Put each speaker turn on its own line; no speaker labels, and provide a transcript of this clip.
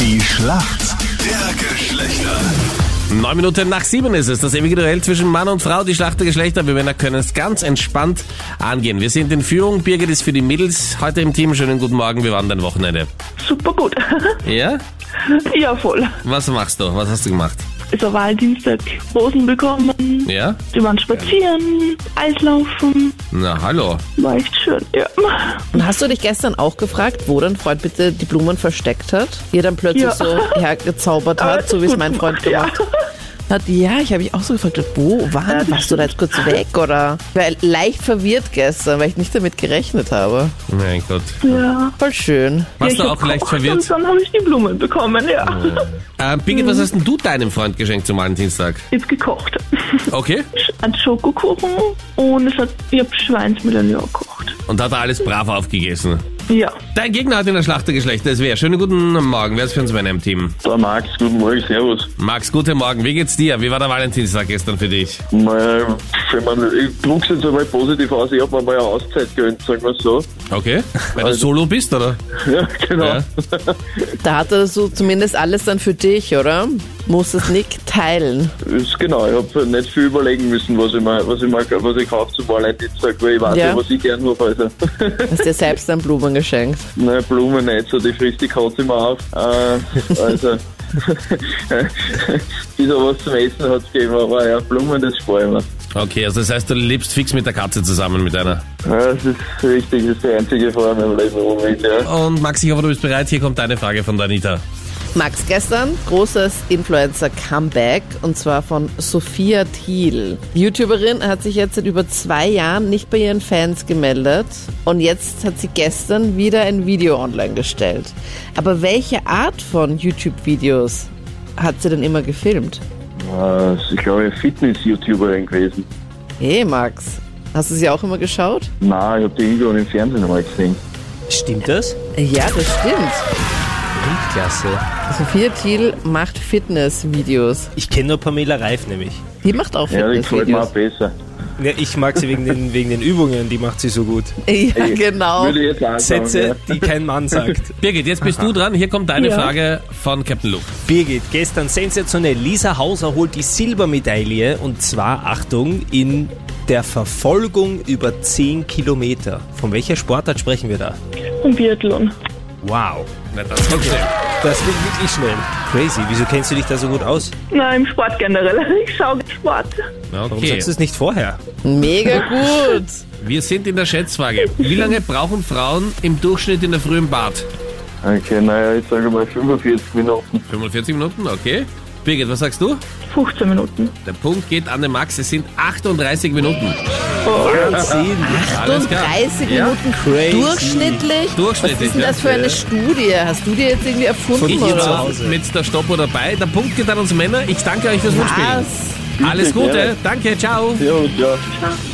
Die Schlacht der Geschlechter.
Neun Minuten nach sieben ist es. Das ewige Duell zwischen Mann und Frau, die Schlacht der Geschlechter. Wir Männer können es ganz entspannt angehen. Wir sind in Führung. Birgit ist für die Mädels heute im Team. Schönen guten Morgen. Wie war denn dein Wochenende?
Super gut.
Ja?
ja, voll.
Was machst du? Was hast du gemacht?
Es war Wahldienstag Rosen bekommen.
Ja?
Wir waren spazieren, Eislaufen.
Na, hallo.
War echt schön, ja.
Und hast du dich gestern auch gefragt, wo dein Freund bitte die Blumen versteckt hat? Die er dann plötzlich
Ja.
so hergezaubert
Aber
hat,
das
so wie
ist gut
es mein Freund
gemacht,
gemacht hat. Ja, ich habe mich auch so gefragt, wo, wann,
das
warst du da jetzt kurz weg oder? Ich war leicht verwirrt gestern, weil ich nicht damit gerechnet habe.
Mein Gott.
Ja. ja.
Voll schön.
Warst
ich
du
hab
auch leicht
gekocht
verwirrt?
Und Mhm. dann habe ich die Blumen bekommen, ja.
Äh, Birgit, was hast denn du deinem Freund geschenkt zum Valentinstag?
Ich hab gekocht.
Okay.
Ein Schokokuchen und es hat, ich habe Schweinsmelanin gekocht.
Und hat er alles brav aufgegessen.
Ja.
Dein Gegner hat in der Schlacht der Geschlechter ist wer? Schönen guten Morgen. Wer ist für uns bei einem Team?
Da Max, guten Morgen, Servus.
Max, guten Morgen. Wie geht's dir? Wie war der Valentinstag gestern für dich?
Mal, wenn man, ich druck's jetzt einmal positiv aus, ich hab mir mal eine Auszeit gönnt, sagen wir's so.
Okay. Weil du solo bist, oder?
Ja, genau.
Also- Ja.
Da hattest du zumindest alles dann für dich, oder? Musstest nicht teilen.
Ist genau, ich hab nicht viel überlegen müssen, was ich mir, was ich mir, was ich kaufe zum Valentinstag, weil ich weiß
Ja.
ja, was ich gern habe, also.
Hast dir selbst dann Blumen geschenkt.
Nein, Blumen nicht, so die frisst die Katze immer auf. Äh, also, dieser was zum Essen hat's gegeben, aber ja, Blumen, das spare ich mir.
Okay, also das heißt, du lebst fix mit der Katze zusammen, mit einer.
Ja, das ist richtig, das ist die einzige Frau in meinem Leben, wo ich, ja.
Und Max, ich hoffe, du bist bereit. Hier kommt deine Frage von Danita.
Max, gestern großes Influencer-Comeback und zwar von Sophia Thiel. Die YouTuberin hat sich jetzt seit über zwei Jahren nicht bei ihren Fans gemeldet und jetzt hat sie gestern wieder ein Video online gestellt. Aber welche Art von YouTube-Videos hat sie denn immer gefilmt?
Äh, ich glaube, Fitness-YouTuberin gewesen.
Hey Max, hast du sie auch immer geschaut?
Nein, ich hab die irgendwo im Fernsehen einmal gesehen.
Stimmt das?
Ja, das stimmt.
Ah, Klasse.
Sophia Thiel macht Fitness-Videos.
Ich kenne nur Pamela Reif nämlich.
Die macht auch
Ja, die gefällt mir auch
Fitness-Videos.
besser.
Ja, ich mag sie wegen den, wegen den Übungen, die macht sie so gut.
Ja, genau.
Würde ich jetzt auch sagen,
Sätze,
ja.
die kein Mann sagt.
Birgit, jetzt bist du dran. Hier kommt deine
Ja.
Frage von Captain Luke.
Birgit, gestern sensationell. Lisa Hauser holt die Silbermedaille und zwar, Achtung, in der Verfolgung über 10 Kilometer. Von welcher Sportart sprechen wir da?
Und Biathlon.
Wow.
Na, das kommt schnell.
Das ging wirklich schnell. Crazy, wieso kennst du dich da so gut aus?
Nein, im Sport generell. Ich schaue Sport.
Warum
Okay,
sagst du es nicht vorher?
Mega gut.
wir sind in der Schätzfrage. Wie lange brauchen Frauen im Durchschnitt in der frühen Bad?
Okay, naja, ich sage mal 45 Minuten.
45 Minuten, okay. Birgit, was sagst du?
15 Minuten.
Der Punkt geht an den Max. Es sind 38 Minuten. Oh.
Sehen.
Alles klar.
30
Ja.
Minuten durchschnittlich?
Durchschnittlich,
Was ist denn das
ja.
für eine
Ja.
Studie? Hast du dir jetzt irgendwie erfunden
Ich
hier
oder
jetzt
zu
was?
Hause.
mit der Stoppuhr dabei. Der Punkt geht an uns Männer. Ich danke euch fürs Mitspielen.
Was?
Alles Gute. Danke, ciao.
Ja, und ja.
Ja.